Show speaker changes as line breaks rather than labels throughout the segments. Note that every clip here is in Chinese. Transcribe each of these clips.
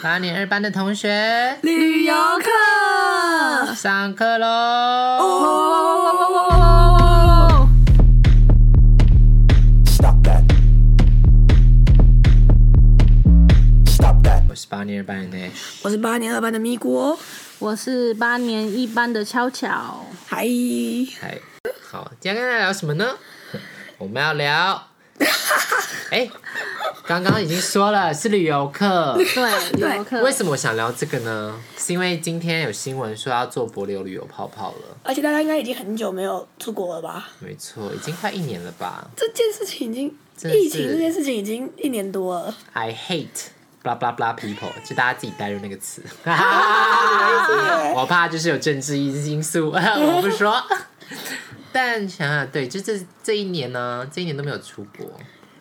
八年二班的同学
旅游课。
上课喽！
哦，
Stop that. Stop that.
我是八年二班的 Nash，
我是八年二班的咪咕哦，
我是八年一班的巧巧，
嗨，
嗨，哎好，今天跟大家聊什么呢？ 我们要聊，哎，刚刚已经说了是旅游课，
对，旅游课
为什么我想聊这个呢？是因为今天有新闻说要做柏流旅游泡泡了，
而且大家应该已经很久没有出国了吧？
没错，已经快一年了吧
这件事情已经，
真的是
疫情这件事情已经一年多了。
？I hate。blah blah blah people，就大家自己代入那个 词，我怕就是有政治因素， 我不说。但想想，对，就这这一年呢、这一年都没有出国，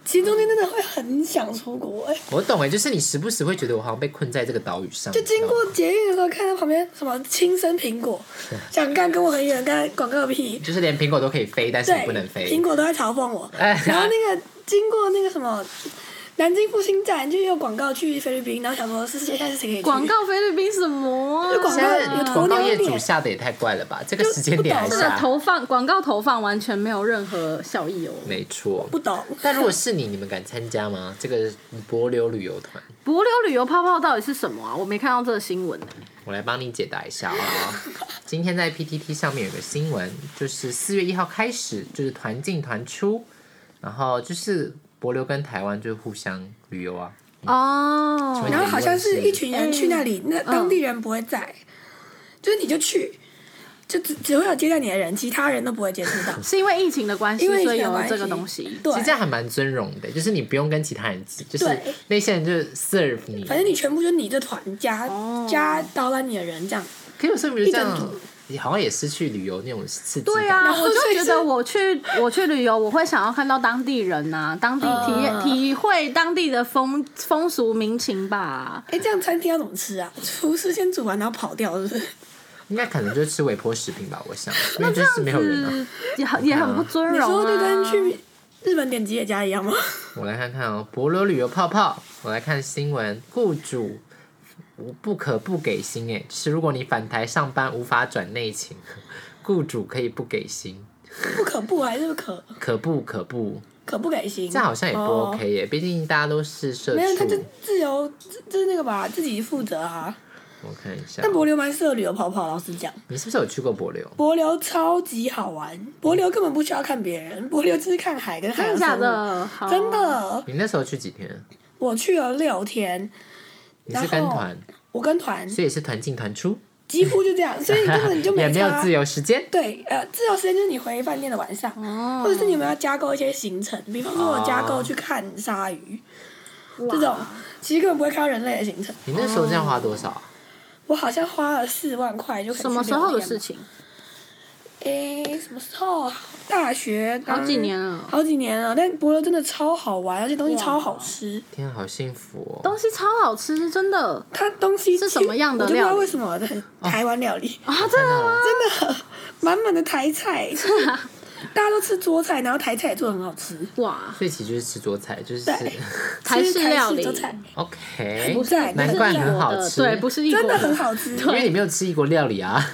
其实中间真的会很想出国哎、
我懂哎，就是你时不时会觉得我好像被困在这个岛屿上，
就经过捷运的时候，看到旁边什么青生苹果，想干跟我很远，干广告屁
你知道吗，就是连苹果都可以飞，但是
对
你不能，飞。
苹果都在嘲讽我。
哎
然后那个经过那个什么南京复兴站，就有广告去菲律宾，然后想说是现在是谁可以去
广告菲律宾什么啊、
就广
现
告
在
有鸵
广告
鸟
业主
脸
下的也太怪了吧？这个时间点还
就
这
不
个
下，
投放广告投放完全没有任何效益哦。
没错
不。懂。
但如果是你，你们敢参加吗？这个柏流旅游团，
柏流旅游泡泡到底是什么啊？我没看到这个新闻呢、
我来帮你解答一下啊。 今天在 PTT 上面有个新闻，就是四月一号开始，就是团进团出，然后就是柏流跟台湾就是互相旅游啊。
哦，
然后好像是一群人去那里，那
嗯。
当地人不会在，就是你就去，就只只会有接待你的人，其他人都不会接触到
是因为疫情的关系，
因为疫
所
情
以
的
有
关
了
系
这个东西。
对
其实，这样还蛮尊荣的，就是你不用跟其他人挤，就是
对
那些人就是 serve 你。啊
反正你全部就是你这团加
哦
加导览你的人这样，
可有时候你就这
一整
样
组，
你好像也失去旅游那种刺激感。
对啊，
然后
我就
所以
觉
是
得我去我去旅游，我会想要看到当地人呐、当地体验、
嗯
体会当地的风风俗民情吧。
哎，这样餐厅要怎么吃啊？厨师先煮完然后跑掉，是不是？
应该可能就是吃微波食品吧，我想，因为就是没有人啊。
也很也很不尊
你
荣、啊。
说就跟去日本点吉野家一样吗？
我来看看哦，博罗旅游泡泡，我来看新闻，雇主无不可不给薪哎，就是如果你返台上班无法转内勤， 雇主可以不给薪，
不可不还是不可
可不可不？
可不给薪？
这好像也不
哦
OK 耶，毕竟大家都是社
没有，他就
畜。
自由，自就是那个吧，自己负责啊。
我看一下
但，柏流蛮适合旅游泡泡，老实讲，
你是不是有去过博流？
柏流超级好玩，柏流根本不需要看别人，柏流就是看海跟海
真
洋生物
的假的？哦好
真。的，
你那时候去几天？
我去了六天，
你是跟
然后
团，
我跟团
所以是团进团出，
几乎就这样，所以根 本就
也
没
没
差
有自。由时间。
对，呃，自由时间就是你回饭店的晚上，
哦
或者是你有没有要加购一些行程，比方说我加
哦
购去看鲨鱼、这种，其实根本不会看到人类的行程。
你那时候这
哦
样花多少啊？
我好像花了四万块就可以
什么
去
时
六
候的
天
事
吧？
情？
诶、什么时候？大学
好几
当
年了，
好几年了，但博乐真的超好玩，而且东西
哇
超好吃。
天啊，好幸福哦！
东西超好吃，真的
它东西
是什么样的
我就不知道
料理
为什么很台湾料理，
啊，真的吗？
真的 满满的台 菜，就是
啊
大家都吃桌菜，然后台菜也做的很好吃，
哇，
所以其实就是吃桌菜，就是
对
台
吃
式料理
桌菜
OK，
不在
难怪很好
呃
吃，
对，不是异国
真的很好 吃。
因为你没有吃异国料理啊。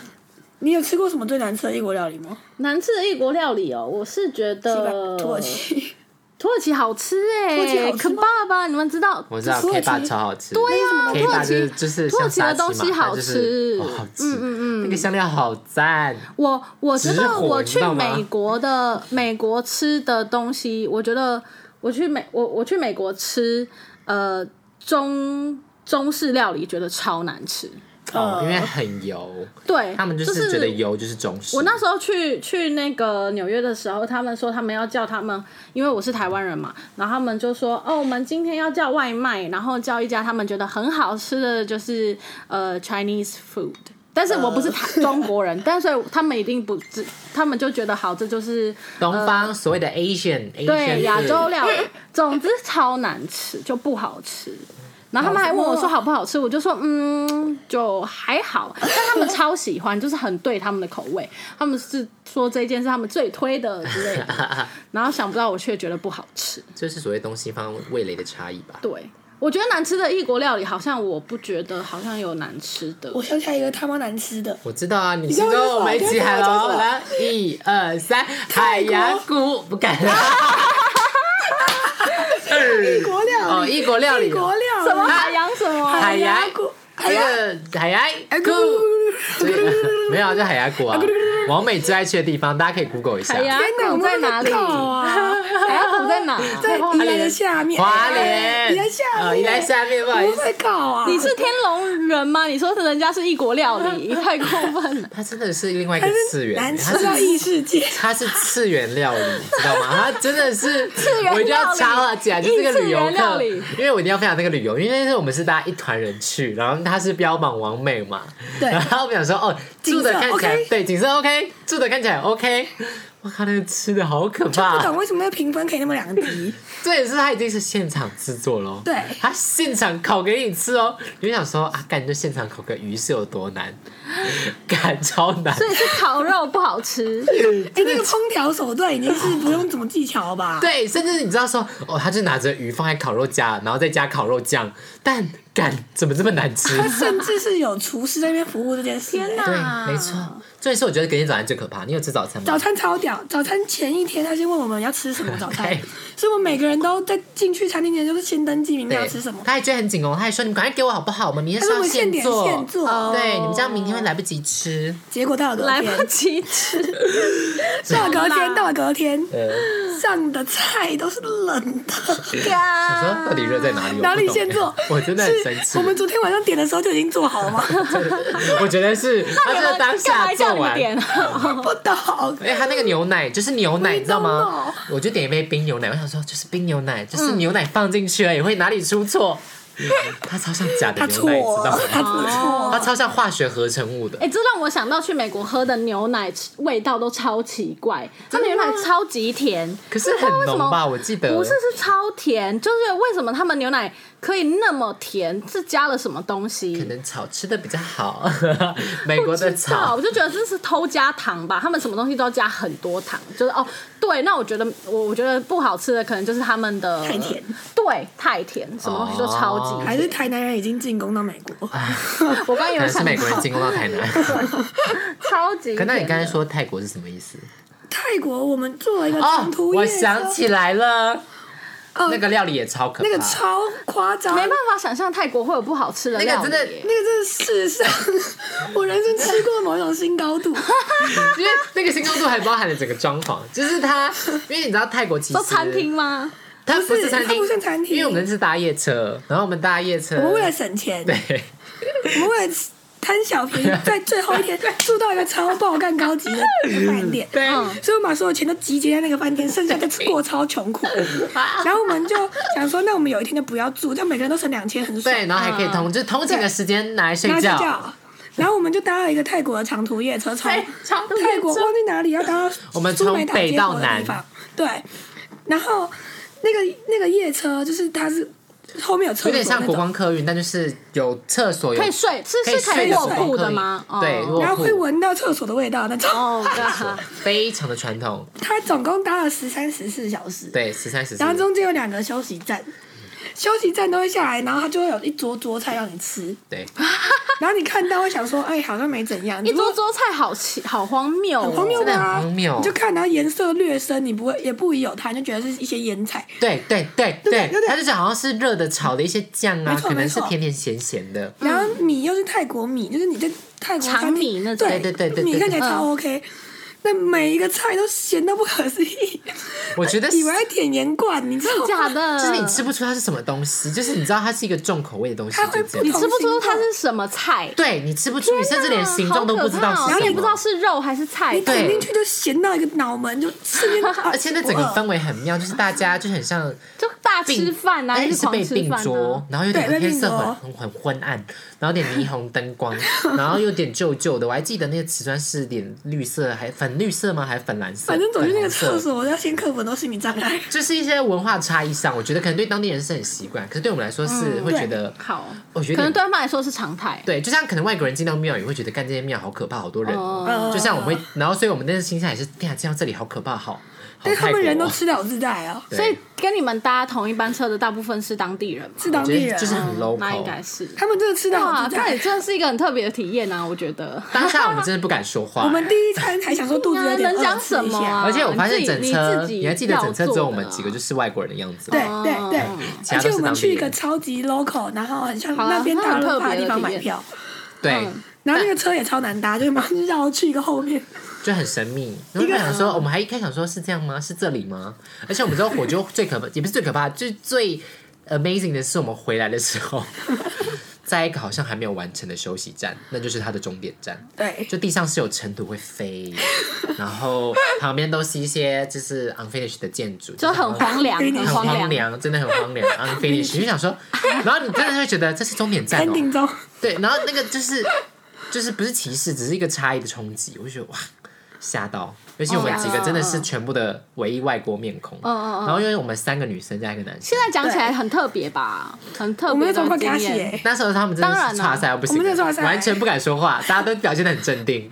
你有吃过什么最难吃的异国料理吗？
难吃的异国料理哦。我是觉
西
得
班土耳其，
土耳其好吃
土耳其
哎，
好吃
肯
吗
爸爸，你们知道？
我知道
土
K
耳其
爸超好吃，
对呀、
K
土
爸
耳
就是
其。
就是
土耳其的
像沙
东
琪
西
玛
好
它就是
吃
哦好吃，
嗯嗯嗯嗯
那个香料好赞。
我我觉
直
得
火
我
你
去
知道吗
美国的美国吃的东西，我觉得我去美我我去美国吃呃中中式料理，觉得超难吃。
哦，因为很油，
对，
他们就
就是
觉得油就是中式。
我那时候去去那个纽约的时候，他们说他们要叫他们，因为我是台湾人嘛，然后他们就说哦，我们今天要叫外卖，然后叫一家他们觉得很好吃的，就是呃 Chinese food。但是我不是台、
呃
中国人，但是他们一定不知，他们就觉得好，这就是
东方所谓的 Asian，
嗯对
Asian
亚
是
洲料理，总之超难吃，就不好吃。然后他们还问我说好不好吃，我就说嗯，就还好。但他们超喜欢，就是很对他们的口味。他们是说这件是他们最推的之类的。然后想不到我却觉得不好吃。
就是所谓东西方味蕾的差异吧。
对，我觉得难吃的异国料理，好像我不觉得好像有难吃的。
我想起来一个他妈难吃的，
我知道啊，你
知道
是
我
跟
叫什么
我们一起喊
你知道我叫
喽，
什么
来，一二三，海牙菇不敢了。
嗯
异国料
哦，
理，
异国料理
异国料理，
什么 海洋什么？
海牙
海牙菇
这个海牙
哎
菇，对没有啊，就海牙菇啊，王美最爱去的地方，大家可以 Google 一下
海。牙
天哪，我
港
们
在哪里？
靠啊？
海牙港在 哪？哦
哦在宜兰的下面，
花莲，
宜兰下面，
哦宜兰下面，不好意
我
思
会，搞啊！
你是天龙人吗？你说人家是异国料 理，太过分了。
它真的是另外一个
还
次
是
元，
难
它
吃到
是
异世界，
它是次元料理，你知道吗？它真的是次
元料理
我一定要插话起来，就是这个旅游
异次元料
课
理，
因为我一定要分享那个旅游，因为那次我们是大家一团人去，然后它是标榜完美嘛，
对
然后我们想说哦，住的
景色
看起来
OK
对景色 OK，住的看起来 OK，我靠，那个吃的好可怕， 啊
不懂为什么那个评分可以那么 两低。
这也是他已经是现场制作喽，
对
他现场烤给你吃哦。你就想说啊，干就现场烤个鱼是有多难， 干超难，
所以是烤肉不好吃，
哎，那个烹调手段已经是不用怎么技巧了吧？
对，甚至你知道说哦，他就拿着鱼放在烤肉架，然后再加烤肉酱，但干怎么这么难吃？
他甚至是有厨师在那边服务这件事。
天哪
哎
对，没错，这也是我觉得隔天早餐最可怕。你有吃早餐吗
早？餐超屌！早餐前一天，他先问我们要吃什么早餐
OK，
所以我们每个人都在进去餐厅前就是先登记明
对
天要吃什么。
他还追很紧哦，他还说你们赶快给我好不好？我们明天
他
是
说我
要
们现点
做，
现做，
对，你们这样明天会来不及吃。
结果到了隔
哦来不
天，
及吃。
到了隔天，
啦
到了隔天，
呃，
上的菜都是冷的，
啊
想说到底热在哪里？我不
哪里
懂
现
欸？
做
我真的很生
是
气。
我们昨天晚上点的时候就已经做好 了吗？
我觉得是，他就是当
干
下
嘛
做
叫你们
完。
点啊？
不懂。
哎，他那个牛奶就是牛奶，
We
你知道
don't
吗
know？
我就点一杯冰牛奶，我想说就是冰牛奶，就是牛奶放进去而已，会哪里出 错？他超像假的
他
牛奶，你
错
知道
了，他
吗？
真的错
他
了。
超像化学合成物的
哎、。这让我想到去美国喝的牛奶味道都超奇怪，它
真的
牛
吗
奶超级甜，
可是很
为什
浓
么
吧？我记得
不是是超甜，就是为什么他们牛奶可以那么甜？是加了什么东
可
西？
能草吃的比较 好，美国
不
的
知道，
草
我。就觉得这是偷加糖吧，他们什么东西都要加很多糖，就是哦，对，那我觉得我我觉得不好吃的可能就是他们的
太甜，
对，太甜，什么东西都超级
哦
甜。
还是台南人已经进攻到美国，
啊
我刚刚
可
有
能是
想
美国人
到，
进攻到台南。
超级甜
可
的。
那你刚才说泰国是什么意 思？
泰国我们做了一个
哦
长途，夜
我
车
想起来了，
哦
那个料理也超可怕。
那个超夸张，
没办法想象泰国会有不好吃的
那个
料理
真的
耶
那个真是世上 我人生吃过某种新高度。
因为那个新高度还包含了整个装潢，就是 它，因为你知道泰国其实
说餐厅，吗？
它
不是
是餐
它
厅，
不是餐厅
因为我们是搭夜车，然后我们搭夜车，
我们为了省钱，
对，
我们为了贪小便宜，在最后 一天住到一个超爆干高级的饭店。
对
嗯
所以我们把所有钱都集结在那个饭店，剩下的过超 穷苦。然后我们就想说，那我们有一天就不要住，但每个人都省两千，很爽。
对，然后还可以
啊
通，就是通勤的时间拿来睡
然后就
觉。
叫。然后我们就搭了一个泰国的长途夜 车，从
对长途夜车
泰国忘记哪里，要搭到
我们
苏
从
梅岛
北
接头
到
的
南
地方。对，然后那个那个夜车就是它是后面有厕所
有
那
点
种，
像国光客运，但就是有厕所，有
可以睡，是
可以
是可
睡
以
的
卧
国光
铺
客
的
运
吗？哦
对，
然
卧
后会
铺，
闻到厕所的味道那种。
哦，
啊
对
非常的传统。
它总共搭了十三十四小时，
对，十三十四
然，后中间有两个休息站，休息站都会下来，然后它就会有一桌桌菜让你吃，
对，
然后你看到会想说，哎，好像没怎样，
一桌桌菜好奇，好荒谬哦，
很荒谬
真的
的
很
啊！
荒谬
你就看，然后颜色略深，你不会也不疑有他，你就觉得是一些腌菜。
对对对
对对
它就是好像是热的炒的一些酱啊，
没错
可能是
没错
甜甜咸咸的。
嗯
然后米又是泰国米，就是你在泰国餐厅
长米那种
对
对对对对
米
对
看起来超
嗯
OK。那每一个菜都咸到不可思议，
我觉得
以为在舔盐罐，你知道吗？
假的，
就是你吃不出它是什么东西，就是你知道它是一个重口味的东西，
它会
就这样
不
你吃不出它是什么菜，
对你吃不出，你甚至连形状都不知道
好
是什
可怕哦
么，
然后也不知道是肉还是菜
你，
对
舔进去就咸到一个脑门，就瞬间。
而且那整
啊
个氛围很妙，就是大家就很像
就大
病
吃饭啊，
而
一
且
直
哎是
狂
被
吃
病
饭
桌
啊，，
然后有点
对被
天
病
色
桌
很很很昏暗，然后有点霓虹灯光， 然后有点旧旧的。我还记得那个瓷砖是点绿色，还粉绿色吗？还粉蓝色？
反正总之那个
粉红色
厕所，我要先克服很多心理障碍。
就是一些文化差异上，我觉得可能对当地人是很习惯，可是对我们来说是会觉得，
好，
我觉得
可能对他们来说是常态，
对，就像可能外国人进到庙也会觉得干这些庙好可怕，好多人哦。
哦，
就像我
嗯
们会，然后所以我们那时心下也是，天啊，进到这里好可怕，好，好
但他
泰国
们人都
哦
吃的好自在哦。
对
所以跟你们搭同一班车的大部分是当地人嘛，
是当
我
地
觉
人
得就是
啊，
很
那应该
local。
是。
他们真的吃的好
哇，
自
这也
在。
真的是一个很特别的体验啊！我觉 得，
当下我们真的不敢说话，
我 们第一餐才想说肚子有
那
点
能
饿，
讲
吃
什
一
么
下。
啊？
而且我发现
你自
整
己
车，
自己
你还记得
要
整车只有我们
做的
几个就是外国人的样子吗？
对
哦
对对
嗯，
其
而
他
且
都
我
是
们
当
去
地
一个
人。
超级 local，然后很像
好啦啊
那边大
那很
润
特
发
别
的
的
地方买
体验
票，
对，
然后那个车也超难搭，就是马上绕去一个后面。
就很神秘。然后我想说，我们还一开始想说是这样吗？是这里吗？而且我们知道火就最可怕，也 不是最可怕，就是最呃 amazing 的是我们回来的时候， 在一个好像还没有完成的休息站，那就是它的终点站。
对，
就地上是有尘土会 飞，然后旁边都是一些就是 unfinished 的建筑，
就
好
很
像
荒凉，
很
很
荒
荒。凉，真的很荒 凉 unfinished。你就想说，然后你真的会觉得这是终点站
山
哦，
顶中
对，然后那个就是就是不是歧视，只是一个差异的冲击，我就觉得哇吓到，尤其我们几个真的是全部的唯一外国面孔，
嗯嗯
然后因为我们三个女生加一个男生
现，在讲起来很特别吧，很特
我们那
别的
时候快
经
给他洗
验。
耶，
那时候他们真
当然
的
啊
是差赛到不行
我们真的岔赛
完全不敢说话，大家都表现的很镇定，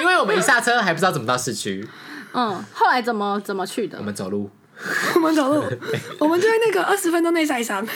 因为我们一下车还不知道怎么到市区，
嗯，后来怎么怎么去的
我？们走路，
我们走路，我们就在那个二十分钟内晒伤。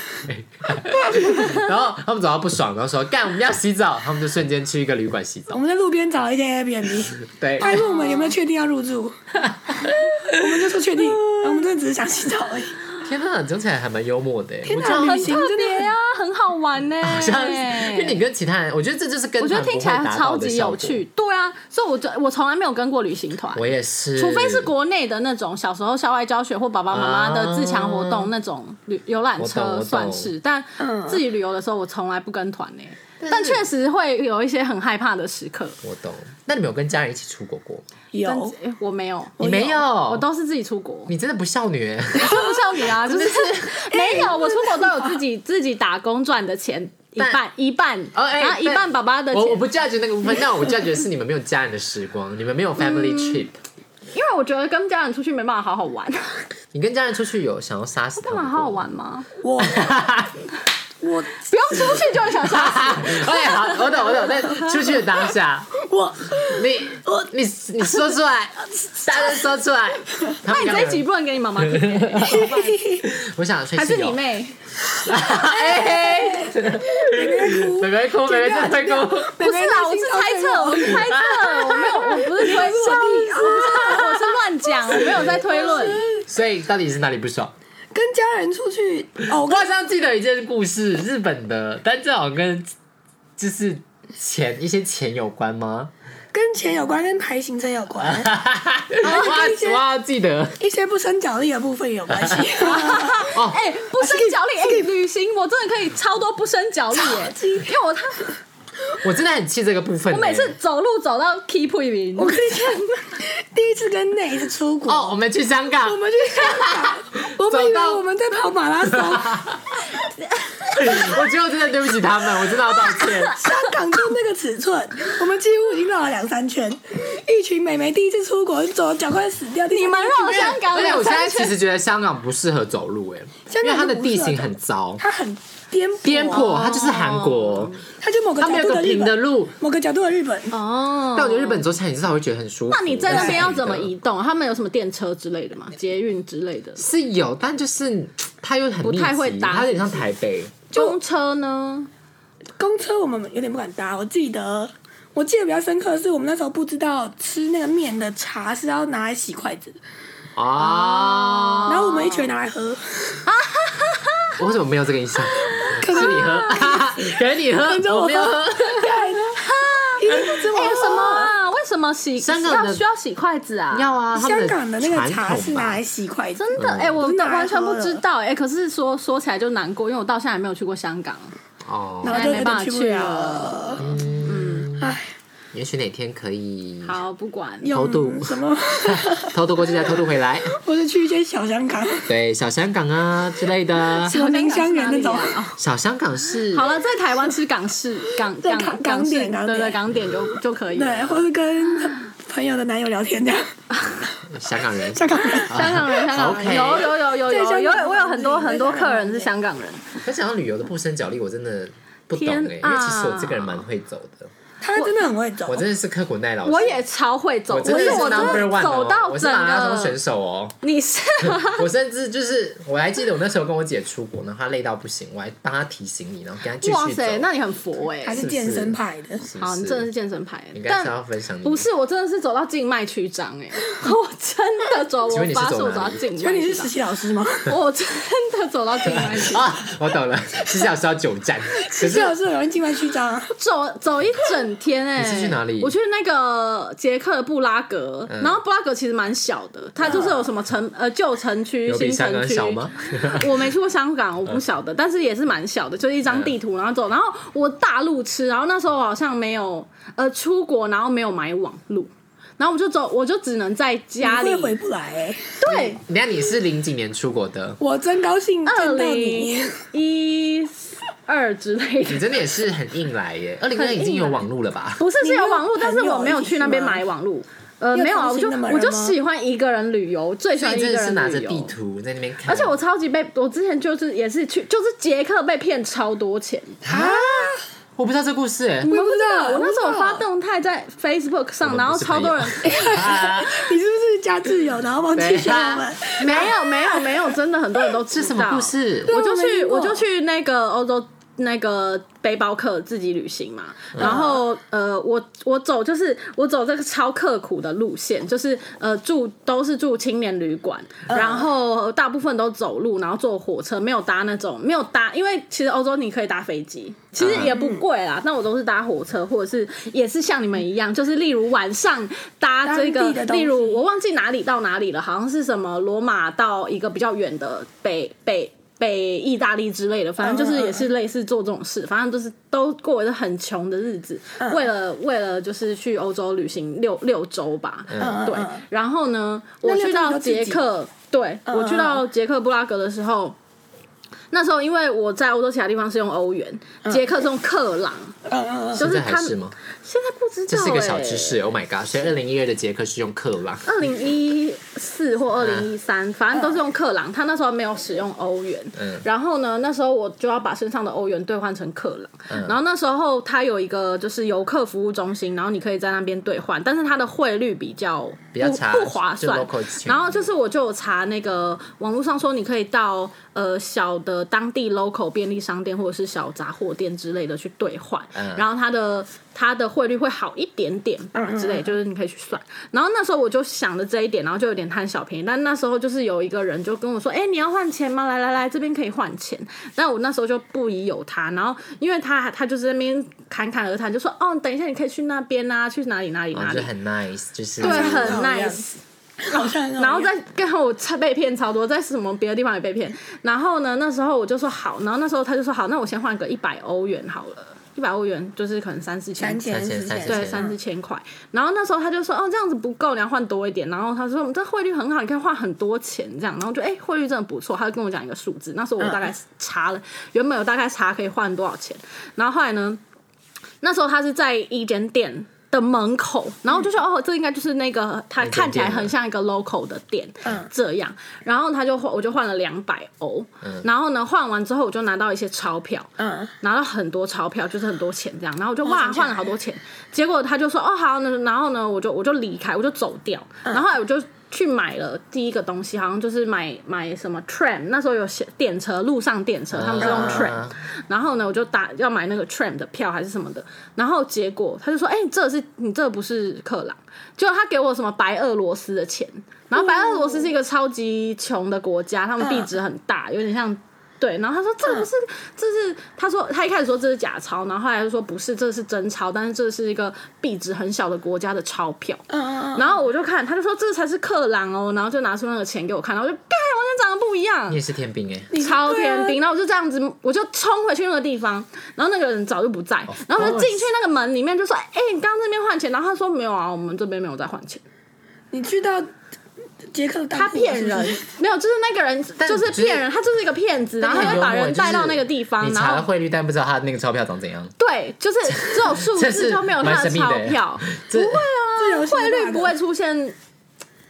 然后他们走到不爽，然后说干我们要洗澡， 他们就瞬间去一个旅馆洗
我
澡，
们在路边找了一间 Airbnb，
对，
哎
他还问我们有没有确定要入住，我们就说确定，然 后我们真的只是想洗澡而已。
天哪，讲起来还蛮幽默的，我
哪
很
旅行
特
真的
别啊，很好玩呢、
好像是因为你跟其他人，我觉得这就是跟
我觉得
团不
听
会
起来
达
超
到的
级
效
有
果。
趣，对啊，所以我就我从来没有跟过旅行团，
我也是，
除非是国内的那种小时候校外教学或爸爸妈妈的自强活动
啊
那种旅游览
我懂
车
我
算
懂
是，但
嗯
自己旅游的时候我从来不跟团呢、
但是
但确实会有一些很害怕的时刻。
我懂。那你们有跟家人一起出国过吗？
但
有，
诶我没有，
你没有，
我都是自己出国，
你真的不孝女欸，
我不像你啊， 就是没有，我出国都有自己自己打工赚的钱，一
但
半一半，
哦哎
然后一
但
半爸爸的钱
我我，不 judge 那个部分，但我 judge 的是你们没有家人的时光，你们没有 family
嗯
trip。
因为我觉得跟家人出去没办法好好玩，
你跟家人出去有想要杀死他
干
们
嘛
过
好好？玩吗？
我我
不用出去就会想杀死。
哎，好，我懂我懂，但出去的当下，
我
你
我
你你说出 来，大家说出来。那
那你这一集，不能给你妈妈听，
我想哦睡
还是哦哎你
有
妹？
妹妹哭，妹妹真的会哭。
不啊
不是啦，我是猜测，哦我是猜测，我没有，我不是推 论，我是乱讲，我没有在推论。
所以到底是哪里不爽？
跟家人出去哦，我
我
跟
好像记得一件故事，日本的，但这好像跟就是钱一些钱有关吗？
跟钱有关，跟排行程有关，
啊
我我要记得
一些不生脚力的部分也有关系。
哦
哎，不生脚
啊
力，哎，旅行我真的可以超多不生脚力，哎，因为我他
我真的很气这个部分欸、
我每次走路走到 keep 云，
我跟你讲，第一次跟那一次出国，
哦，我们去香港
我，们去香港，我们以
走
为
到
我们在跑马拉松，
我觉得我真的对不起他们，我真的要道 歉。
香港就那个尺寸，我们几乎已经绕了两三圈。一群美眉第一次出国，走脚快死掉。
你们绕
让
香港
而且我
两
现在
三
其
圈，
实觉得香港不适合走路、欸，哎，
香
因
港
为它的
就不
地
适合
形
走
很糟，
它很颠
颠
簸，啊
簸，它就是韩国，
它就某个
它没
角
有
度
个
的日
平的
本，
路。
某个角度的日本。
哦
但我觉得日本走起来，你至少会觉得很舒服。
那你在那边要怎么
移？
移动？他们有什么电车之类的吗？捷运之类的？
是有，但就是它又很
不太
密集
会搭
它有点像台北。
公车呢？
公车我们有点不敢搭，我记得。我记得比较深刻的是，我们那时候不知道吃那个面的茶是要拿来洗筷子，
哦，
然后我们一群人拿 来喝，
我为什么没有这个印象？
可
是你
是
喝，给你喝，我没有喝。
对，一定不止我
哦
哎、
喝
什么啊？为什么洗
香港的
要需要洗筷子啊？
要嗯啊，他们
香港的那个茶是拿来
传
洗筷子，
真的哎、我
不是拿来
完全
喝
不
的啊
知道哎、可是说说起来就难过，因为我到现在还没有去过香港，
统吧哦，
然后就
没
有
办
点去
法
不
去
了。
啊
嗯唉，
也许哪天可以
好不管。
偷渡
用什么？
偷渡过去再偷渡回来，
我是去一些小香港，
对，小香港啊之类的。
什么宁
香
香
港
园
是
那
哪
种
里，啊
小香港是
好了，在台湾吃港式港
在
港
港
港式
港点港
对对
点
港点就就可以了。
对，或是跟朋友的男友聊天这样，
香港人，哦
香港人。
香港人，香港人
OK
有有有有
在
有
香
有
港，
我有很多
在
很多
香
客
港
人是香港人。
我想到旅游的不胜角力，我真的不懂哎、
天啊
因为其实我这个人蛮会走的，
他真的很会走
我。真的是刻苦耐劳型，
我也超会走，
我真的
是
是
我
number
真的
one
走
哦，
到
我是
整
马拉松选
个，
手哦。
你是吗
我甚至就是，我还记得我那时候跟我姐出国，然后她累到不行，我还帮她提行李，然后跟她继
哇
续走。
塞，那你很佛哎、
还是健身派的，
是不
好，你真的是健身派
应
欸，
该
但
是要分享你。
不是，我真的是走到静脉曲张哎、 我真的走，我
请问你是
发
走
誓我
哪
走到
里
静脉曲
所
张，
以你是实习老师吗？
我真的走到静 脉曲张，
啊，我懂了，十小时要久 站，可
实习
是
老师很容易静脉曲张啊。
走走一整天 哎、
你是去哪里
我去那个捷克的布拉格，
嗯
然后布拉格其实蛮小的，它就是有什么城呃旧城区、
有比
新
香
城
港
区
小吗？ 嗯
我没去过香港，我不晓得，但是也是蛮小的，就是一张地图，然后走。然后我大路痴，然后那时候我好像没有呃出国，然后没有买网路，然后我就走，我就只能在家
你
里
会。回不来哎、
对，
那你是零几年出国的？
我真高兴见
二
到
零
你。
一二之类
你
的。
真的也是很硬来耶！二零二已经有网络了吧？
不是
你
是
没有
有网络，
朋
但是我没有
友一起
去那边
去吗
买网络。呃，
你有
没有啊，
同
我
行
就
的吗
我就
人吗
喜欢一个人旅游，最喜
所以
欢
你真
一个
的是
人
拿着
旅游
地图在那边看，
而且我超级被，我之前就是也是去，就是捷克被骗超多钱，
啊，我不知道这故事哎，
我不知道，我
我不
那时候有
知
发
道
动态在 Facebook 上，然后 超 多人，
啊
你是不是加自由，然后忘记学我们？
没有没有没有，真的很多人都知
是
道。
什么故？事？
我
对啊我
就
没
去
听过
我就去那个欧洲那个背包客自己旅行嘛，然后呃，我我走就是我走这个超刻苦的路线，就是呃住都是住青年旅馆，
嗯
然后大部分都走路，然后坐火车，没有搭那种没有搭，因为其实欧洲你可以搭飞机，其
嗯
实也不贵啦，但我都是搭火车或者是也是像你们一样，就是例如晚上搭这
当
个
地的，东西
例如我忘记哪里到哪里了，好像是什么罗马到一个比较远的北北北意大利之类的，反正
嗯
就是也是类似做这种事，反正就是都过着很穷的日子，
嗯
为了为了就是去欧洲旅行六六周吧，
嗯
对
嗯。
然后呢，
那
我
六
去
周你
到
都自己嗯
捷克，对我去到捷克布拉格的时候。那时候，因为我在欧洲其他地方是用欧元，捷克是用克朗，
嗯嗯嗯，
就是
这还
他
是
们
吗？
现在不知道、欸。
这是一个小知识，Oh my god！所以二零一二的捷克是用克朗，
二零一四或二零一三，反正都是用克朗。他那时候没有使用欧元，
嗯
然后呢，那时候我就要把身上的欧元兑换成克朗。
嗯
然后那时候他有一个就是游客服务中心，然后你可以在那边兑换，但是它的汇率比较
比较
不
差
不划算
就 local。exchange
然后就是我就有查那个网络上说，你可以到呃小的当地 local 便利商店或者是小杂货店之类的去兑换，
嗯
然后它的它的汇率会好一点点之类，就是你可以去算。然后那时候我就想着这一点，然后就有点贪小便宜。但那时候就是有一个人就跟我说：“哎、你要换钱吗？来来来，这边可以换钱。”但我那时候就不疑有他。然后因为他他就是在那边侃侃而谈，就说：“哦，等一下你可以去那边啊，去哪里哪里
哦
哪里。
就很 nice，就是
对，很
嗯好像
nice。
好像
然后再跟我被骗超多，在什么别的地方也被骗。然后呢，那时候我就说好，然后那时候他就说好，那我先换个一百欧元好了，一百欧元就是可能三四千
三。千
三千
四千，
三
对，嗯
千
三四千块。然后那时候他就说，哦，这样子不够，你要换多一点。然后他说，我们嗯这汇率很好，你可以换很多钱这样。然后我就，哎、汇率真的不错。他就跟我讲一个数字，那时候我大概查了，原本有大概查可以换多少钱。然后后来呢，那时候他是在一间店的门口，然后我就说、哦，这应该就是那个他
间
看起来
店了
很像一个 local 的嗯店，这样。然后他就换，我就换了两百欧，然后呢换完之后我就拿到一些钞票，
嗯，
拿到很多钞票，就是很多钱这样。然后我就哇换了好多钱，结果他就说哦好，那然后呢我就我就离开，我就走掉。然后后来我就。去买了第一个东西，好像就是买买什么 tram，那时候有写电车，路上电车，他们是用 tram，、
啊
然后呢，我就打要买那个 tram 的票还是什么的，然后结果他就说：“哎、你这是你这不是克朗。”结果他给我什么白俄罗斯的钱，然后白俄罗斯是一个超级穷的国家，他们币值很大，有点像。对，然后他说这不是，这是他说他一开始说这是假钞，然后后来就说不是，这是真钞，但是这是一个币值很小的国家的钞票。
嗯嗯嗯，
然后我就看，他就说这才是克朗哦，然后就拿出那个钱给我看，然后我就，干，完全长得不一样
你。也是天兵哎，
你
超
对啊
天兵，然后我就这样子，我就冲回去那个地方，然后那个人早就不在，
哦
然后我就进去那个门里面就说：“哎、你刚刚那边换钱？”然后他说：“没有啊，我们这边没有在换钱。
你去到捷克的”大
他
户啊
骗人
是不是，
没有，就是那个人
但
就是
就是
骗人，他就是一个骗子，然后他会把人带到那个地方，
你
然
查了
后
汇率，但不知道他那个钞票长怎样。
对，就是只有数
这
字
是
都没有他
蛮神秘的
钞
欸
票，啊
这
自由行
汇率不会
吧
出现。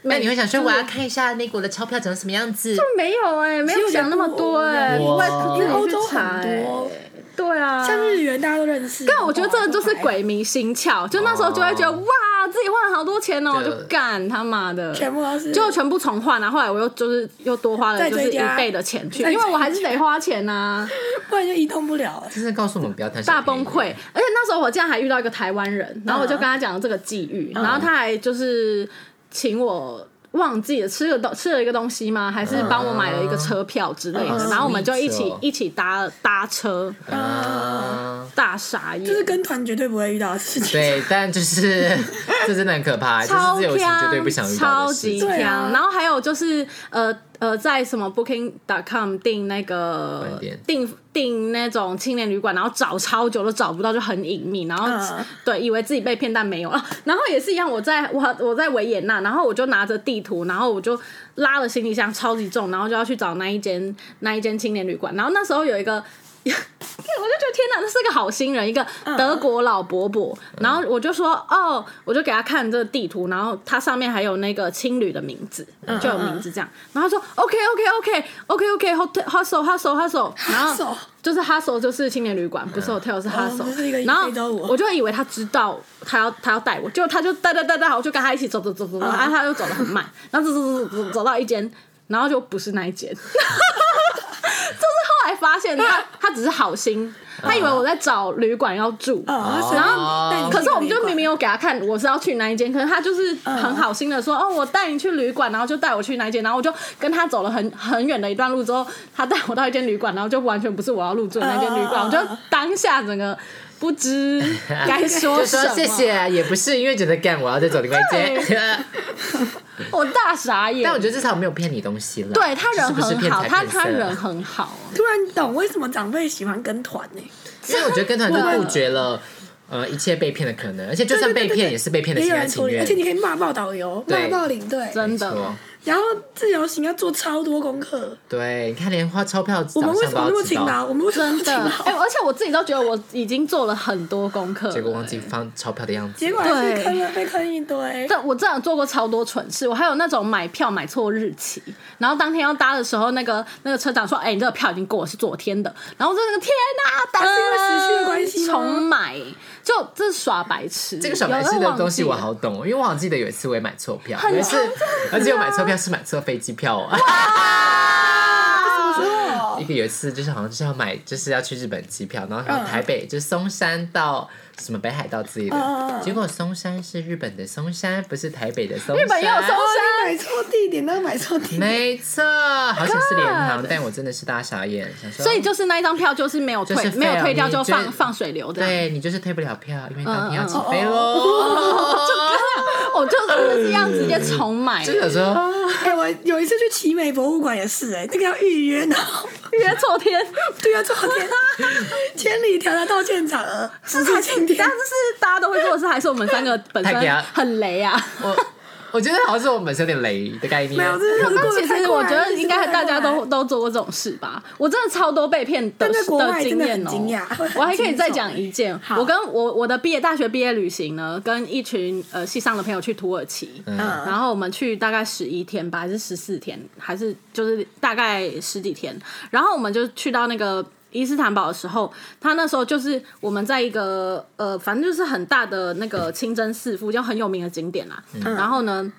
那你会想说，我要看一下那国的钞票长什么样子？
没有哎、没
其实
有
我觉得
想那么多哎、
不
不会
哇
自己去
欧洲
查
很
欸
多
对啊，
哎像日元大家都认识。
但我觉得这个就是鬼迷心窍，就那时候就会觉得、
哦
哇，自己花了好多钱哦，
对
就干他妈的，
全部都是
就全部重换啊然后后来我又就是又多花了
再
就是
追
一
加
倍的钱去，
再追
因
加
为我还是得花钱呐、
不然就移动不了啊了。
真的告诉我们不要贪小
大
便
崩
宜
溃。而且那时候我竟然还遇到一个台湾人，然后我
嗯
就跟他讲了这个际遇，然后他还就是请我。忘记了吃了东吃了一个东西吗？还是帮我买了一个车票之类的？
嗯
然后我们就一起、
Sweet 哦
一起搭搭车，
啊！
大傻眼，
这是跟团绝对不会遇到的事情。
对，但就是 这真的很可怕，就是
超
自由行绝对不想
强，
遇到
超
的事
级
情。
强
对啊。
然后还有就是呃呃，在什么 Booking.com 订那个
饭店
订订那种青年旅馆，然后找超久都找不到，就很隐秘，然后、
嗯
对，以为自己被骗，但没有啊。 然后也是一样，我在我我在维也纳，然后我就拿着地图，然后我就拉了行李箱超级重，然后就要去找那一间那一间青年旅馆。然后那时候有一个。我就觉得天哪，这是个好心人，一个
嗯
德国老伯伯。然后我就说哦，我就给他看这个地图，然后它上面还有那个青旅的名字，
嗯
就有名字这样。然后他说 OK OK OK OK OK hotel hustle hustle hustle，然后
Hustle
就是 hustle 就是青年旅馆，不是 hotel 是
哦不是一
hustle。
个
然后
非洲舞
我就以为他知道他要他要带我，结果他就带带带带好，我就跟他一起走走走走，
嗯
然后他就走得很慢，然后走走走走走到一间，然后就不是那一间。后来发现他他只是好心，
嗯
他以为我在找旅馆要住。
啊，
然后
后
哦可是我们就明明有给他看我是要去哪一间，可是他就是很好心的说，
嗯
哦，我带你去旅馆，然后就带我去哪一间，然后我就跟他走了很 很远的一段路之后，他带我到一间旅馆，然后就完全不是我要入住的那间旅馆，
嗯
我就当下整个不知该 说
就
什
说
么，
谢谢，也不是因为觉得干，我要再走另外一间。
我大傻眼
但我。觉得至少没有骗你东西了。
对他人
就是不是
很
骗
好，
财
他
骗
他
色
人很好，
突然懂为什么长辈喜欢跟团欸呢？
因为我觉得跟团就杜绝了呃一切被骗的可能，而且就算被骗也是被骗的
也
心
有
甘
人处
情
理，
愿
而且。你可以骂爆导游，
对
骂爆领队，
真
没
的
错。
然后自由行要做超多功课。
对，你看连花钞票
我
早
们为
上
什
都
么那
要
么
知
勤劳？
道，
我们为什么那么
真
勤
的，哎、
劳？
而且我自己都觉得我已经做了很多功课了，
结果忘记放钞票的样子。
结果还
对
是坑了，被坑一堆。
但我真的做过超多蠢事，我还有那种买票买错日期，然后当天要搭的时候，那个那个车长说：“哎、你这个票已经过了，是昨天的。”然后我就那个天哪、打
是因为时区的关系吗
呃重买，就这是耍白痴。
这个小白痴
有时
的
候
东西我
忘记了
好懂哦，因为我好像记得有一次我也买错票，
很
有一次
常，
而且我买错票是买错飞机票哦。一个有一次就是好像就是要买就是要去日本机票，然后从台北、就是松山到什么北海道之类的，
嗯嗯嗯
结果松山是日本的松山，不是台北的松山。
日本也有松
哦，你买错地点，那买错地点，
没错，好险是联航，但我真的是大傻眼，想说，
所以就是那一张票就是没有退，
就是
没有
fail，
退掉
你
就
就是
放放水流的。
对你就是退不了票，因为当天要起
嗯
飞喽。
哦我就我就是这样直接重 买，
就想说，
哎、我有一次去奇美博物馆也是、哎，那个要预约，然后
约错 天。
对啊，昨 天千里迢迢到现场了，是到今天
但。是大家都会做的事，还是我们三个本
太给他
身很雷啊。
我我觉得好像是我们本身有点雷的概念，
没有，这是
但
过
其
得太
实
快
我
了
觉得应该大家，
日
都
子过得太快了
都做过这种事吧。我真的超多被骗的
但在国
的
外真
经
的
验
很
哦、
惊讶会很
我还可以
惊
再
悚欸
讲一件，我跟我我的毕业大学毕业旅行呢，跟一群呃系上的朋友去土耳其，
嗯
然后我们去大概十一天吧，还是十四天，还是就是大概十几天。然后我们就去到那个伊斯坦堡的时候，他那时候就是我们在一个呃，反正就是很大的那个清真寺附近，就很有名的景点啦。
嗯
然后呢，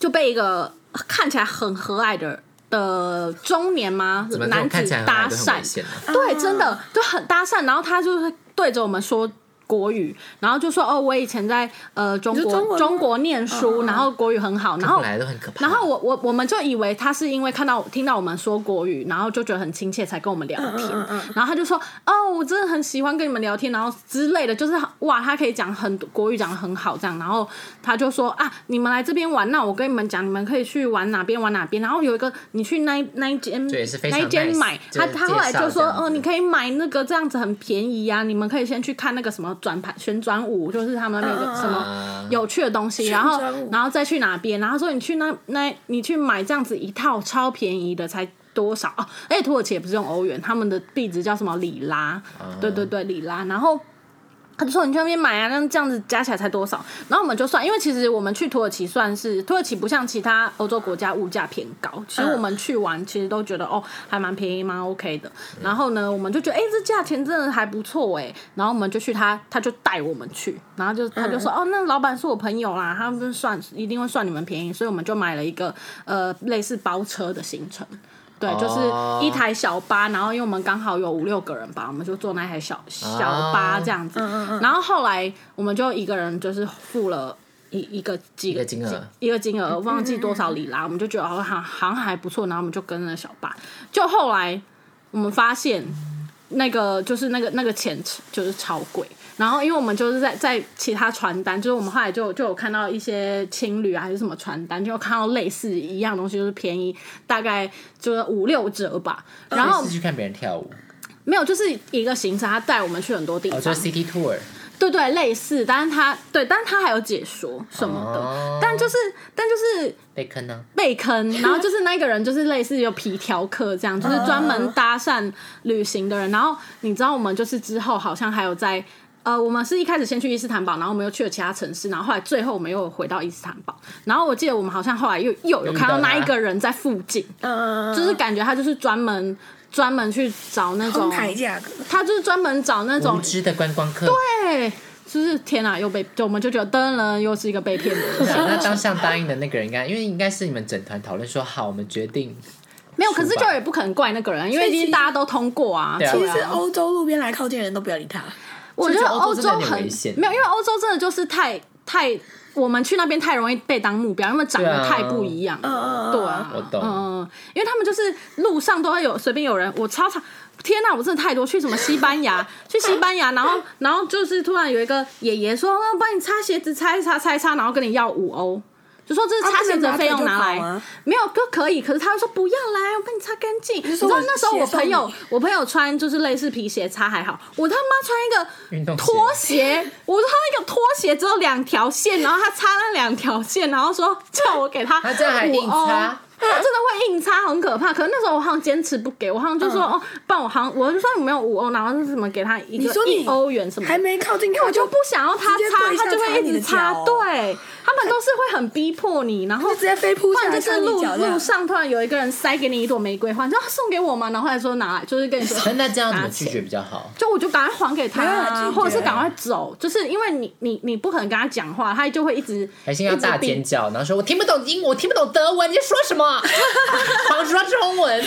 就被一个看起来很和蔼的的中年吗
怎么这
男
种看
子
起来很
搭
矮都很危
讪
险，啊呢？
啊
对，真的就很搭讪，然后他就会对着我们说。国语，然后就说哦，我以前在呃中
你
国
说中文吗嗯
国念书，然后国语很好，然
后
后
来都很可怕。
然后我我我们就以为他是因为看到听到我们说国语，然后就觉得很亲切才跟我们聊
嗯
天。然后他就说：“哦，我真的很喜欢跟你们聊天，然后之类的，就是哇，他可以讲很多国语，讲的很好这样。”然后他就说：“啊，你们来这边玩，那我跟你们讲，你们可以去玩哪边玩哪边。然后有一个你去那一那一间
对是非
那
常
一间
nice，
买，
就
他
是
他后来
介绍
就说：
这样子
哦，你可以买那个这样子很便宜呀、你们可以先去看那个什么转盘旋转舞，就是他们那个什么
嗯
有趣的东西，然后
旋转舞
然后再去哪边，然后说你去那那你去买这样子一套超便宜的才。多少哦？而且土耳其也不是用欧元，他们的币值叫什么里拉？对对对，里拉。然后他就说你去那边买啊，那这样子加起来才多少？然后我们就哎算，因为其实我们去土耳其算是土耳其不像其他欧洲国家物价偏高，其实我们去玩其实都觉得哦还蛮便宜蛮 OK 的。然后呢，我们就觉得哎、这价钱真的还不错哎、然后我们就去他他就带我们去，然后就他就说、哦那老板是我朋友啦，他们算一定会算你们便宜，所以我们就买了一个呃类似包车的行程。对，
哦
就是一台小巴，然后因为我们刚好有五六个人吧，我们就坐那台小小巴这样子。然后后来我们就一个人就是付了一一个几
一个金额
一个金额，忘记多少里拉，我们就觉得好像好像还不错，然后我们就跟了小巴。就后来我们发现那个就是那个那个钱就是超贵。然后，因为我们就是在在其他传单，就是我们后来就就有看到一些情侣啊还是什么传单，就有看到类似一样东西，就是便宜大概就是五六折吧。然后
是去看别人跳舞，
没有，就是一个行程，他带我们去很多地
我说
方，
City Tour，
对对，类似，但是他对，但是他还有解说什么的，
哦
但就是但就是
被坑啊呢。
被坑，然后就是那个人就是类似有皮条客这样，就是专门搭讪旅行的人。然后你知道我们就是之后好像还有在。呃，我们是一开始先去伊斯坦堡，然后我们又去了其他城市，然后后来最后我们又回到伊斯坦堡。然后我记得我们好像后来又又有看到那一个人在附近，
嗯，
就是感觉他就是专门专门去找那
哄
种，
抬价格，
他就是专门找那种
无知的观光客，对，
对，就是天哪，又被就我们就觉得登了，又是一个被骗的人。
那当下答应的那个人应该，因为应该是你们整团讨论说好，我们决定，
没有，可是
是吧
就也不可能怪那个人，因为
所以
已
其
经
实
大家都通过啊。
对啊
其
对
实是欧洲路边来靠近的人都不要理他。
我觉得
欧
欧
洲真
洲
的有点
很
危险
没有，因为欧洲真的就是太太，我们去那边太容易被当目标，因为长
对啊
得太不一样
嗯
了。对啊，
我懂
嗯，因为他们就是路上都会有随便有人，我超常。天呐、我真的太多去什么西班 牙，去西班牙，然后然后就是突然有一个爷爷说，哦那我帮你擦鞋子，擦一擦，擦一擦，然后跟你要五欧，就说这是
啊
擦
不能
鞋子的
拔
费
腿
用
就
拿
跑
来，
吗
没有都可以，可是他就说不要来，我帮你擦干净。你
是
知
说
道
我
那时候我
鞋送
朋友
你，
我朋友穿就是类似皮鞋擦还好，我他妈穿
运
一个
动鞋
拖鞋，我穿一个拖鞋只有两条线，然后他擦那两条线，然后说叫我 给他
他这样还硬擦。
5欧。他真的会硬擦，很可怕。可是那时候我好像坚持不给，我好像就说、哦，不然我好像我就说你没有五欧，然后是什么给他一
你
个
说
一
你
欧元什么的，
还没靠近，
我就不想要他
直接
擦，
跪下
他就
擦
会一
你的
直擦。
脚哦
对，他们都是会很逼迫你，然后
就直接飞扑
不
下
然
来
就是
看你
路
脚这样
路上突然有一个人塞给你一朵玫瑰花，你知道他送给我吗？然后还说拿来，就是跟 你说
那这样怎
拿
么
钱
拒绝比较好？
就我就赶快还给他、
没有拒
啊，
绝
或者是赶快走，就是因为你你你不可能跟他讲话，他就会一直
还是要大
一直逼
尖叫，然后说我听不懂英，我听不懂德文，你在说什么？ 狂说中文，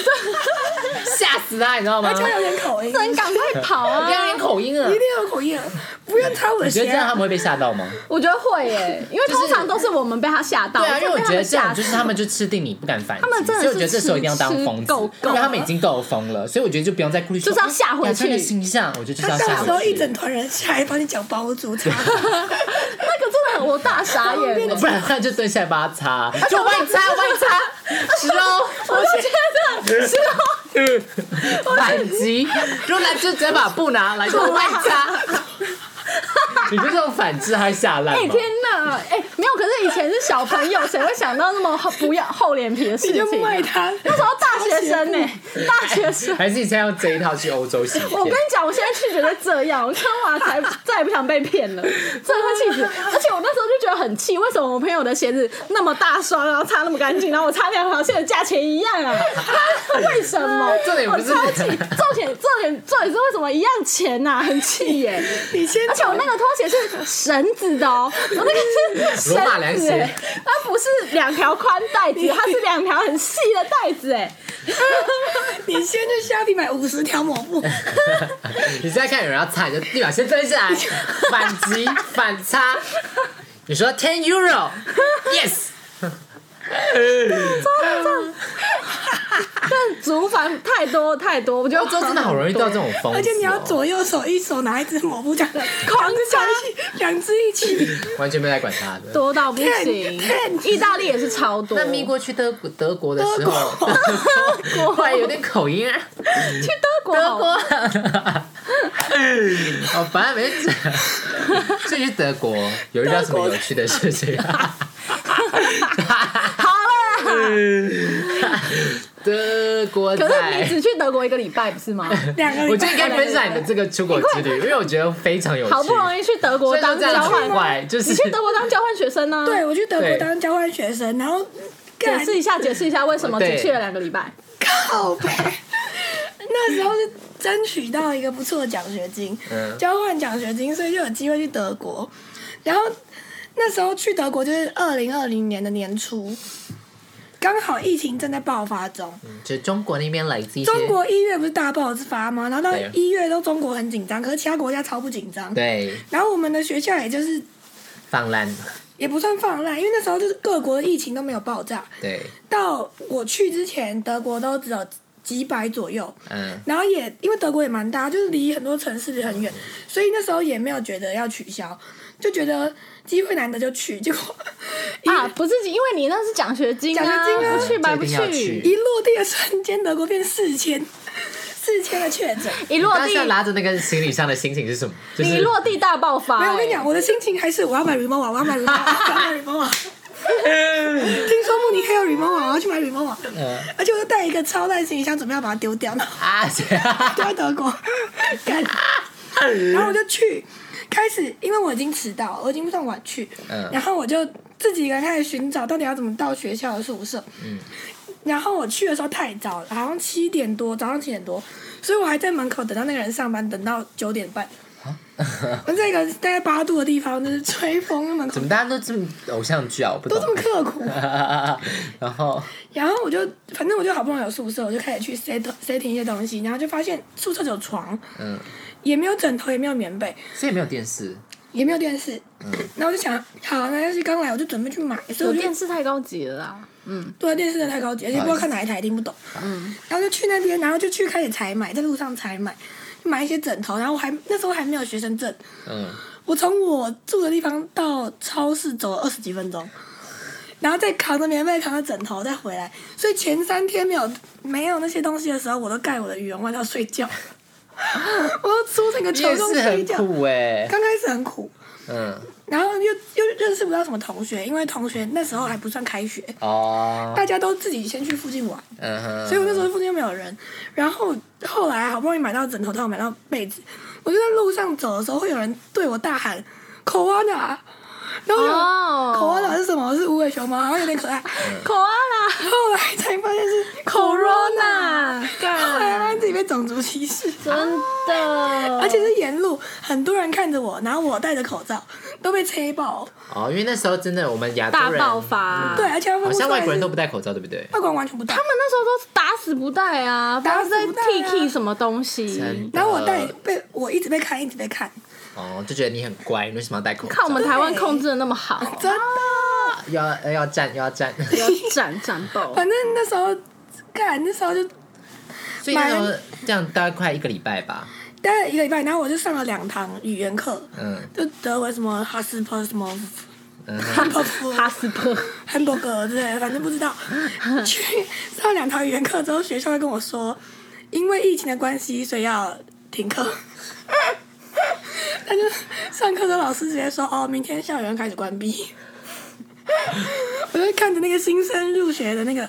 吓死他，你知道吗？
而且
啊
有点口音，
不能
一
赶快跑
不
啊！
要练口音了。
定要有口音，啊不要擦我的
你觉得
鞋
这样他
啊。
们会被吓到吗？
我觉得会耶、 因为通常都是我们被他吓到，
对啊，因为我
被他
觉得
们
这
吓
种就是他们就吃定你不敢反击，
他们真的
所以我觉得这时候一定要当
是吃
疯子
够，够
因为他们已经够疯了，所以我觉得就不用再顾虑说，
就是要吓回去
啊亚洲人的形象，我觉得就是
他
要吓
到时候
回
一
去
整。团人下来把你脚包住，擦。
那个真的很我大傻眼、欸，
不然他就蹲下来帮他擦，就我帮你擦， 我帮你擦，十哦，
我觉得是
反击，如果来就直接把布拿来，就我帮你擦。你就这种反制，他会吓烂
哎、
吗？
天哪！哎、没有，可是以前是小朋友，谁会想到那么厚不要厚脸皮的事
你
情、
就
啊？
卖他，
那时候大学 生呢、大学生。
还是你现在用这一套去欧洲行骗？
我跟你讲，我现在去觉得这样，我看完 才再也不想被骗了，真的会气死。而且我那时候就觉得很气，为什么我朋友的鞋子那么大双，然后擦那么干净，然后我擦两条线的价钱一样啊？ 为什么？
重点不是
我超气，重点重点重点是为什么一样钱呐、很气耶、
你先
而且我那个拖鞋是绳子的哦，我 那个是
罗马凉
绳子
鞋
哎，它不是两条宽带子，它是两条很细的带子哎。
你先去虾皮买五十条抹布，
你现在看有人要擦，你就立马先蹲下来，反击反擦。你说 ten euro，yes，
但竹筏太多太多，我觉
欧
得
洲哦真的好容易遇到这种疯子、哦，
而且你要左右手一手拿一只抹布这样
狂
擦一起，两只一起，
完全没在管他的。
多到不行。意大利也是超多，
那咪过去德国德国的时
德
候，德国有点口音啊，
去德国
德
好，
国。哦，反正没 事，就去德国有遇到什么有趣的事情、啊？
好了啦，
德国
可是你
仔
只。去德国一个礼拜不是吗？
两个
我
礼
觉得
拜
应该分享你的这个出国之旅，因为我觉得非常有趣。
好不容易去德国当交
所以
换
就这样怪就是
你去德国当交换学生呢、
对，我去德国
对
当交换学生，然后
解释一下，解释一下为什么只
对
去了两个礼拜。
靠背。那时候是争取到一个不错的奖学金，
嗯
交换奖学金，所以就有机会去德国。然后那时候去德国就是二零二零年的年初，刚好疫情正在爆发中。
嗯就中国那边来自一些
中国一月不是大爆发吗？然后到
对啊
一月都中国很紧张，可是其他国家超不紧张。
对
然后我们的学校也就是
放烂，
也不算放烂，因为那时候就是各国的疫情都没有爆炸。
对，
到我去之前，德国都只有几百左右，
嗯，
然后也因为德国也蛮大，就是离很多城市很远，所以那时候也没有觉得要取消，就觉得 机会难得就去。结果一、
啊，不是，因为你那是奖学金啊，
奖学金啊
不去白
这
不
一定要去
去，
一落地的瞬间，德国变四千，四千的确诊。
一落
但
地
是，要拉着那个行李箱的心情是什么？就是
你落地大爆发、
没有，我跟你
哎
讲，我的心情还是我要买 Remova，我要买 Remova，我要买 Remova。听说慕尼黑有 Remova，我要去买 Remova。
呃
而且我又带一个超大的行李箱，准备要把它丢掉，然后
啊，
丢在德国，干。
嗯
然后我就去，开始因为我已经迟到了，我已经算晚去，
嗯
然后我就自己一个人开始寻找到底要怎么到学校的宿舍。
嗯
然后我去的时候太早了，好像七点多，早上七点多，所以我还在门口等到那个人上班，等到九点半。
啊
我在一个大概八度的地方，就是吹风，在门口
怎么大家都这么偶像剧啊？我不
都
懂
这。么刻苦。
然后
然后我就，反正我就好不容易有宿舍，我就开始去 set setting 一些东西，然后就发现宿舍只有床，
嗯，
也没有枕头，也没有棉被，
所以没有电视，
也没有电视。
嗯
然后我就想，好，那要是刚来，我就准备去买，所以
我
我就
电视太高级了啦。
对电视真的太高级，而且不知道看哪一台，听不懂。嗯，然后就去那边，然后就去开始采买，在路上采买，买一些枕头，然后我还那时候还没有学生证，
嗯，
我从我住的地方到超市走了二十几分钟，然后再扛着棉被、扛着枕头再回来，所以前三天没有没有那些东西的时候，我都盖我的羽绒外套 睡觉，我都出那个
你
球
也
洞
是
睡
很
觉。
酷哎，
刚开始很苦，
嗯，
然后又又认识不到什么同学，因为同学那时候还不算开学，
哦，
大家都自己先去附近玩。
嗯哼，
所以我那时候附近又没有人，然后后来好不容易买到枕头套，买到被子，我就在路上走的时候，会有人对我大喊 “Koala”，然后我想
哦
“Koala” 是什么？是无尾熊吗？好像有点可爱。
，Koala
后来才发现是
Corona，
后来发
干
现自己被种族歧视，
真的，
而且是沿路很多人看着我，然后我戴着口罩都被吹爆。
哦，因为那时候真的我们亚洲
大
人
爆，发。
对，而且他们
好像外国人都
外
不戴口罩，对不对？
国人完全不戴
他。们那时候都打死不带啊，
打
不知道
死不带啊
在 Tiki 什么东西
真。
然后我戴被我一直被看，一直被看，
呃哦，就觉得你很乖，你为什么要戴口罩？
看我们台湾控制的那么好，
真的。
要要站要站，
要战战爆。
反正那时候，干那时候就
所以那时候这样大概快一个礼拜吧，
待了一个礼拜，然后我就上了两堂语言课，
嗯
就德文什么哈斯波什么
嗯哼，
汉堡夫、
哈斯伯，
汉堡哥之类的，反正不 知道。去上两堂语言课之后，学校会跟我说，因为疫情的关系，所以要停课。 但就是上课的老师直接说，哦，明天校园开始关 闭。我就看着那个新生入学的那个，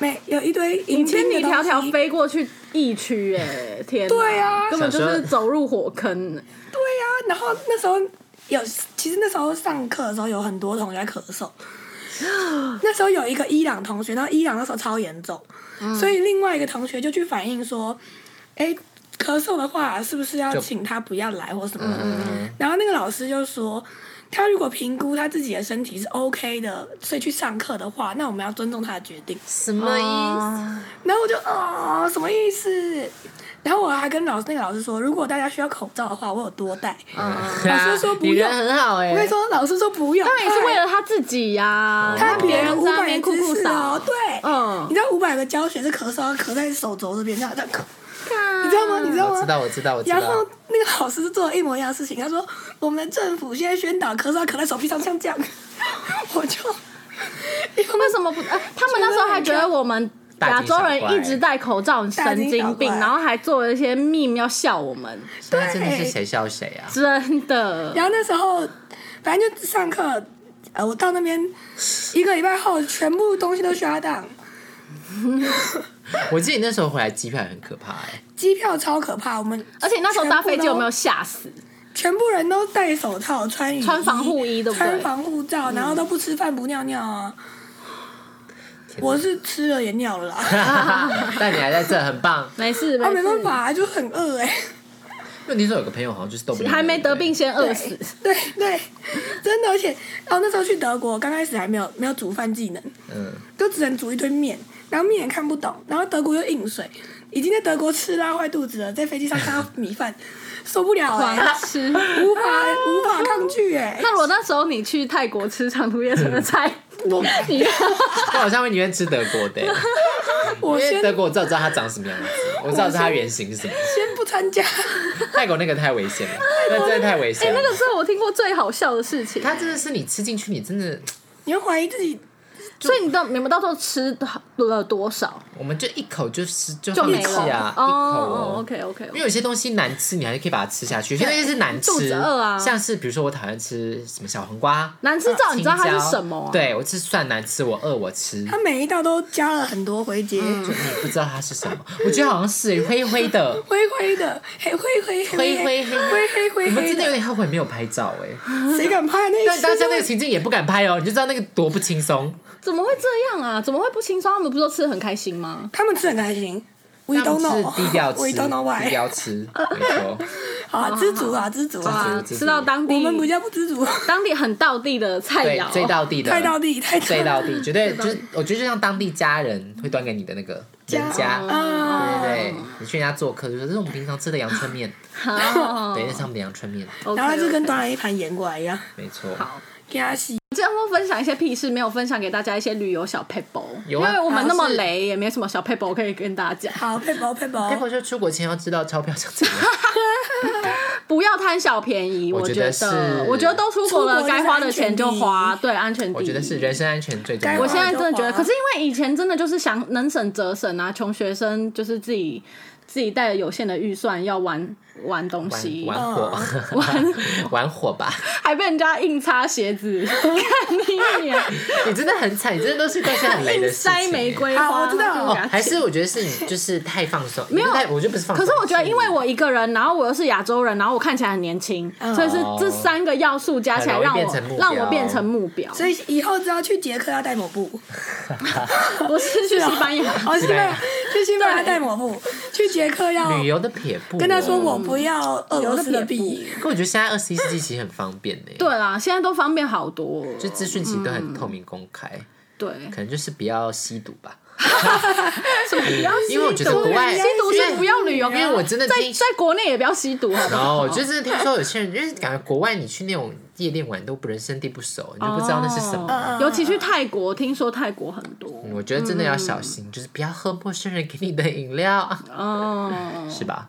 每有一堆
你
迎接
千里迢迢飞过去疫区，哎，天哪，
对啊
根本就
想
是
说
走入火坑。
对呀、啊然后那时候有，其实那时候上课的时候有很多同学在咳嗽。那时候有一个伊朗同学，然后伊朗那时候超严重，所以另外一个同学就去反映说，哎、咳嗽的话是不是要
就
请他不要来或什么的？
嗯，
然后那个老师就说，他如果评估他自己的身体是 OK 的，所以去上课的话，那我们要尊重他的决定。
什么意思？
啊
然后我就啊、什么意思？然后我还跟老师那个老师说，如果大家需要口罩的话，我有多带。老师说不
你人
用
很好哎，
我跟你说，老师说不用，
当然也是为
了
了他自己呀，
他
让
还别
哎
人
别人
五
在那
百
边
个
酷
知
酷
识
扫
哦，。对，
嗯
你知道五百个教学是咳嗽，咳在手肘这边这样这样咳，
嗯
你知道吗？你知道
我知道
吗？
我知道我知
然后
道，
那个老师是做了一模一样的事情，他说我们的政府现在宣导咳嗽要咳在手臂上，像这样， 我就
为什么不？呃他们那时候还觉得我们。亚洲人一直戴口罩，神经病，然后还做了一些 meme 要笑我们，
现在真的是谁笑谁啊？
真的。
然后那时候反正就上课，呃，我到那边一个礼拜后，全部东西都刷档，
我记得你那时候回来机票也很可怕哎、
机票超可怕，我们
而且那时候搭飞机有没
全部
有吓死？
都全部人都戴手套、穿雨衣
穿防护衣对不对嗯
穿防护罩，然后都不吃饭、不尿尿啊。
天哪
我是吃了也尿了啦，
但你还在这，很棒。
没事，
啊，没办
事，
法啊，就很饿哎、
因为你说有个朋友好像就是豆不
还没得病先饿死。
对对，真的，而且哦，那时候去德国，刚开始还没有没有煮饭技能，
嗯，
就只能煮一堆面，然后面也看不懂，然后德国又硬水，已经在德国吃拉坏肚子了，在飞机上看到米饭， 受不了哎、
狂吃。
无法无法抗拒哎、
那如果那时候你去泰国吃长途夜城的菜，你
我好像会宁愿吃德国的、
我
因为
先
德国我知道知道它长什么样子，我知道它原型是什么。
先不参加，
泰国那个太危险了，那真的太危
哎、
险了。
那个是我听过最好笑的事情。
它真的是你吃进去，你真的，
你会怀疑自己
所以你到你们到时候吃了多少
我们就一口就吃就
就
放
没
弃
了？
啊，一口
哦，OK OK，
因为有些东西难吃，你还可以把它吃下去；有些东西是难吃，
肚子饿啊
像是比如说我讨厌吃什么小黄瓜，
难吃到你知道它
青
是
椒
什么、啊？，
对我吃蒜难吃，我饿我吃，
他每一道都加了很多回节，
你不知道它是什么。我觉得好像是灰灰 的，
灰灰的，黑灰灰
灰
灰
灰
灰黑
我
灰
们
黑
真的有
的，
点后悔没有拍照哎、
谁敢拍那一
但
次
当下那个情境也不敢拍哦，你就知道那个多不轻松。
怎么会这样啊？怎么会不轻松？他们不是都吃的很开心吗？
他们吃很开心。We
他
don't
们是
know，
低调
We don't know
吃，低
why。
调 吃，没错。
好啊，知足啊，知足啊。
啊，
这是
吃到当地，
我们比较不知足，
当地很道地的菜
对，
肴，
追到地的，
太到地，太
追到地，绝对就是我觉得就像当地家人会端给你的那个人家，
哦
对
啊。
对，你去人家做客就说这是我们平常吃的阳春面，
好，
对，那是他们的阳春面，
哦 OK，
然后他就跟端了一盘盐过来一样，
没错。
好。
给他洗。
今天我分享一些屁事，没有分享给大家一些旅游小 paper，
有啊
因为我们那么
好是
雷，也没什么小 paper 可以跟大家讲。
好，佩宝，佩宝
待，会就出国前要知道钞票长怎样，
不要贪小便宜，
我
我
觉
觉
得是
我觉得都出国
出国
了，
就是
该花的钱就花，
安全
对，安全第一。
我觉得是人身安全最重要。
该
我现在
就
真的觉得，
花
可是因为以前真的就是想能省则省啊，穷学生就是自己自己带着有限的预算要玩玩东
玩
西，
玩火，玩 玩火吧！
还被人家硬擦鞋子， 看 你一眼，
你真的很惨，你真的都是在下很雷的
硬
事情
塞
欸。
玫瑰
好
花，
我知道
那
哦
种感，觉
还是我觉得是你就是太放松，没
有
我觉得不是放
可
松。
是我觉得，因为我一个人，然后我又是亚洲人，然后我看起来很年轻，所以是这三个要素加起来
很容
让
易变
我
成目标
让我变成目标。
所以以后只要去捷克要带抹布。
我是去西班牙，
哦，西班
西班牙
牙，去西班牙带抹布，去捷克要
旅游的撇步哦，
跟他说我不要俄罗斯的
旅
币，
可我觉得现在二十一世纪其实很方便呢、
对，啦，现在都方便好多。
就资讯其实都很透明公开，
对，
可能就是不要吸毒吧。
哦什么不要吸
因为我觉得
毒
国外
吸毒
因为
是不要旅游，啊
因为我真的
在
听
在国内也不要吸毒，好不
然
好？
后就是听说有些人，因为感觉国外你去那种夜店玩都不人生地不熟，你就不知道那是什么。
哦尤其去泰国，听说泰国很多。
我觉得真的要小心，就是不要喝陌生人给你的饮料，嗯
哦，
是吧？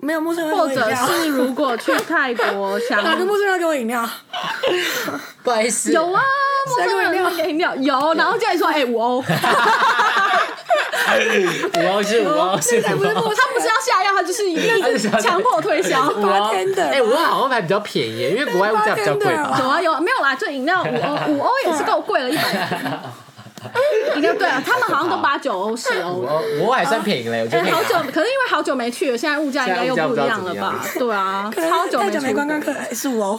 没有陌生人给
或
我饮
者
料，
是如果去泰国 想
哪个陌生人给我饮料？
不好意思，
有啊，陌
谁给我饮料
生人给饮料有，然后叫你说哎五欧。
五欧是五欧是
那才
五
不是
欧
陌。
哎他不是要下药，他就是一定是强迫推销。
五 欧，
bartender
哎，五欧好像还比较便宜，因为国外物价比较贵吧？
有啊有啊，没有啦，就饮料五欧，五欧也是够贵了，一百。饮料对啊，他们好像都八九欧、十
五
欧。
欧，五欧还算便宜啊嘞，我觉
哎
得可，以拿
好久，可是因为好久没去了，现在物价应该又不一样了吧？对啊，
可能
超久
太
没
久
出
没观光客
国。
来是哦，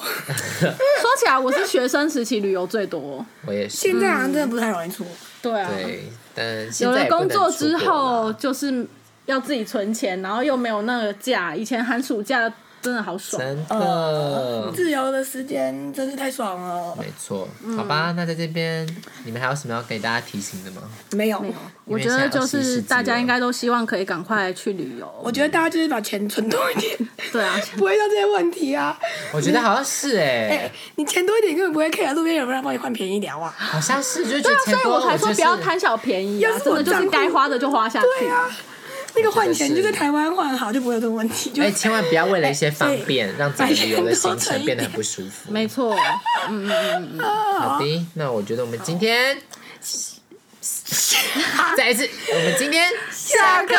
说起来，我是学生时期旅游最多。
我也是。
现在啊好像真的不太容易出国。
对啊，
对，但现
有
在
了
也不
工
能
作
出
之
国
后，
啦，
就是要自己存钱，然后又没有那个假。以前寒暑假真的好爽。
真
呃
的。
自由的时间真是太爽了，
没错，好
嗯
吧，那在这边你们还有什么要给大家提醒的吗？
没有。
我觉得就是大家应该都希望可以赶快去旅游
我。觉得大家就是把钱存多一点，
对啊，
不会到这些问题啊。
我觉得好像是哎、
嗯
哎，你钱多一点根本不会 care 路边有没有人帮你换便宜聊啊。
好像是，就觉
哎对
得
啊，
钱
所以
多，
我才说
就
不
是
要贪小便宜
要
啊，
是
真
我
的就是
账户
该花的就花下
对
去。
啊，那个换
我觉得是
钱就在台湾换好，就不会有这个问题。就
哎、千万不要为了一些方
哎
便，让自己旅游的
买
行
钱多存
程
一
变
点
得很不舒服。
没错，哎
好的，那我觉得我 们今天再一次，我们今天
下课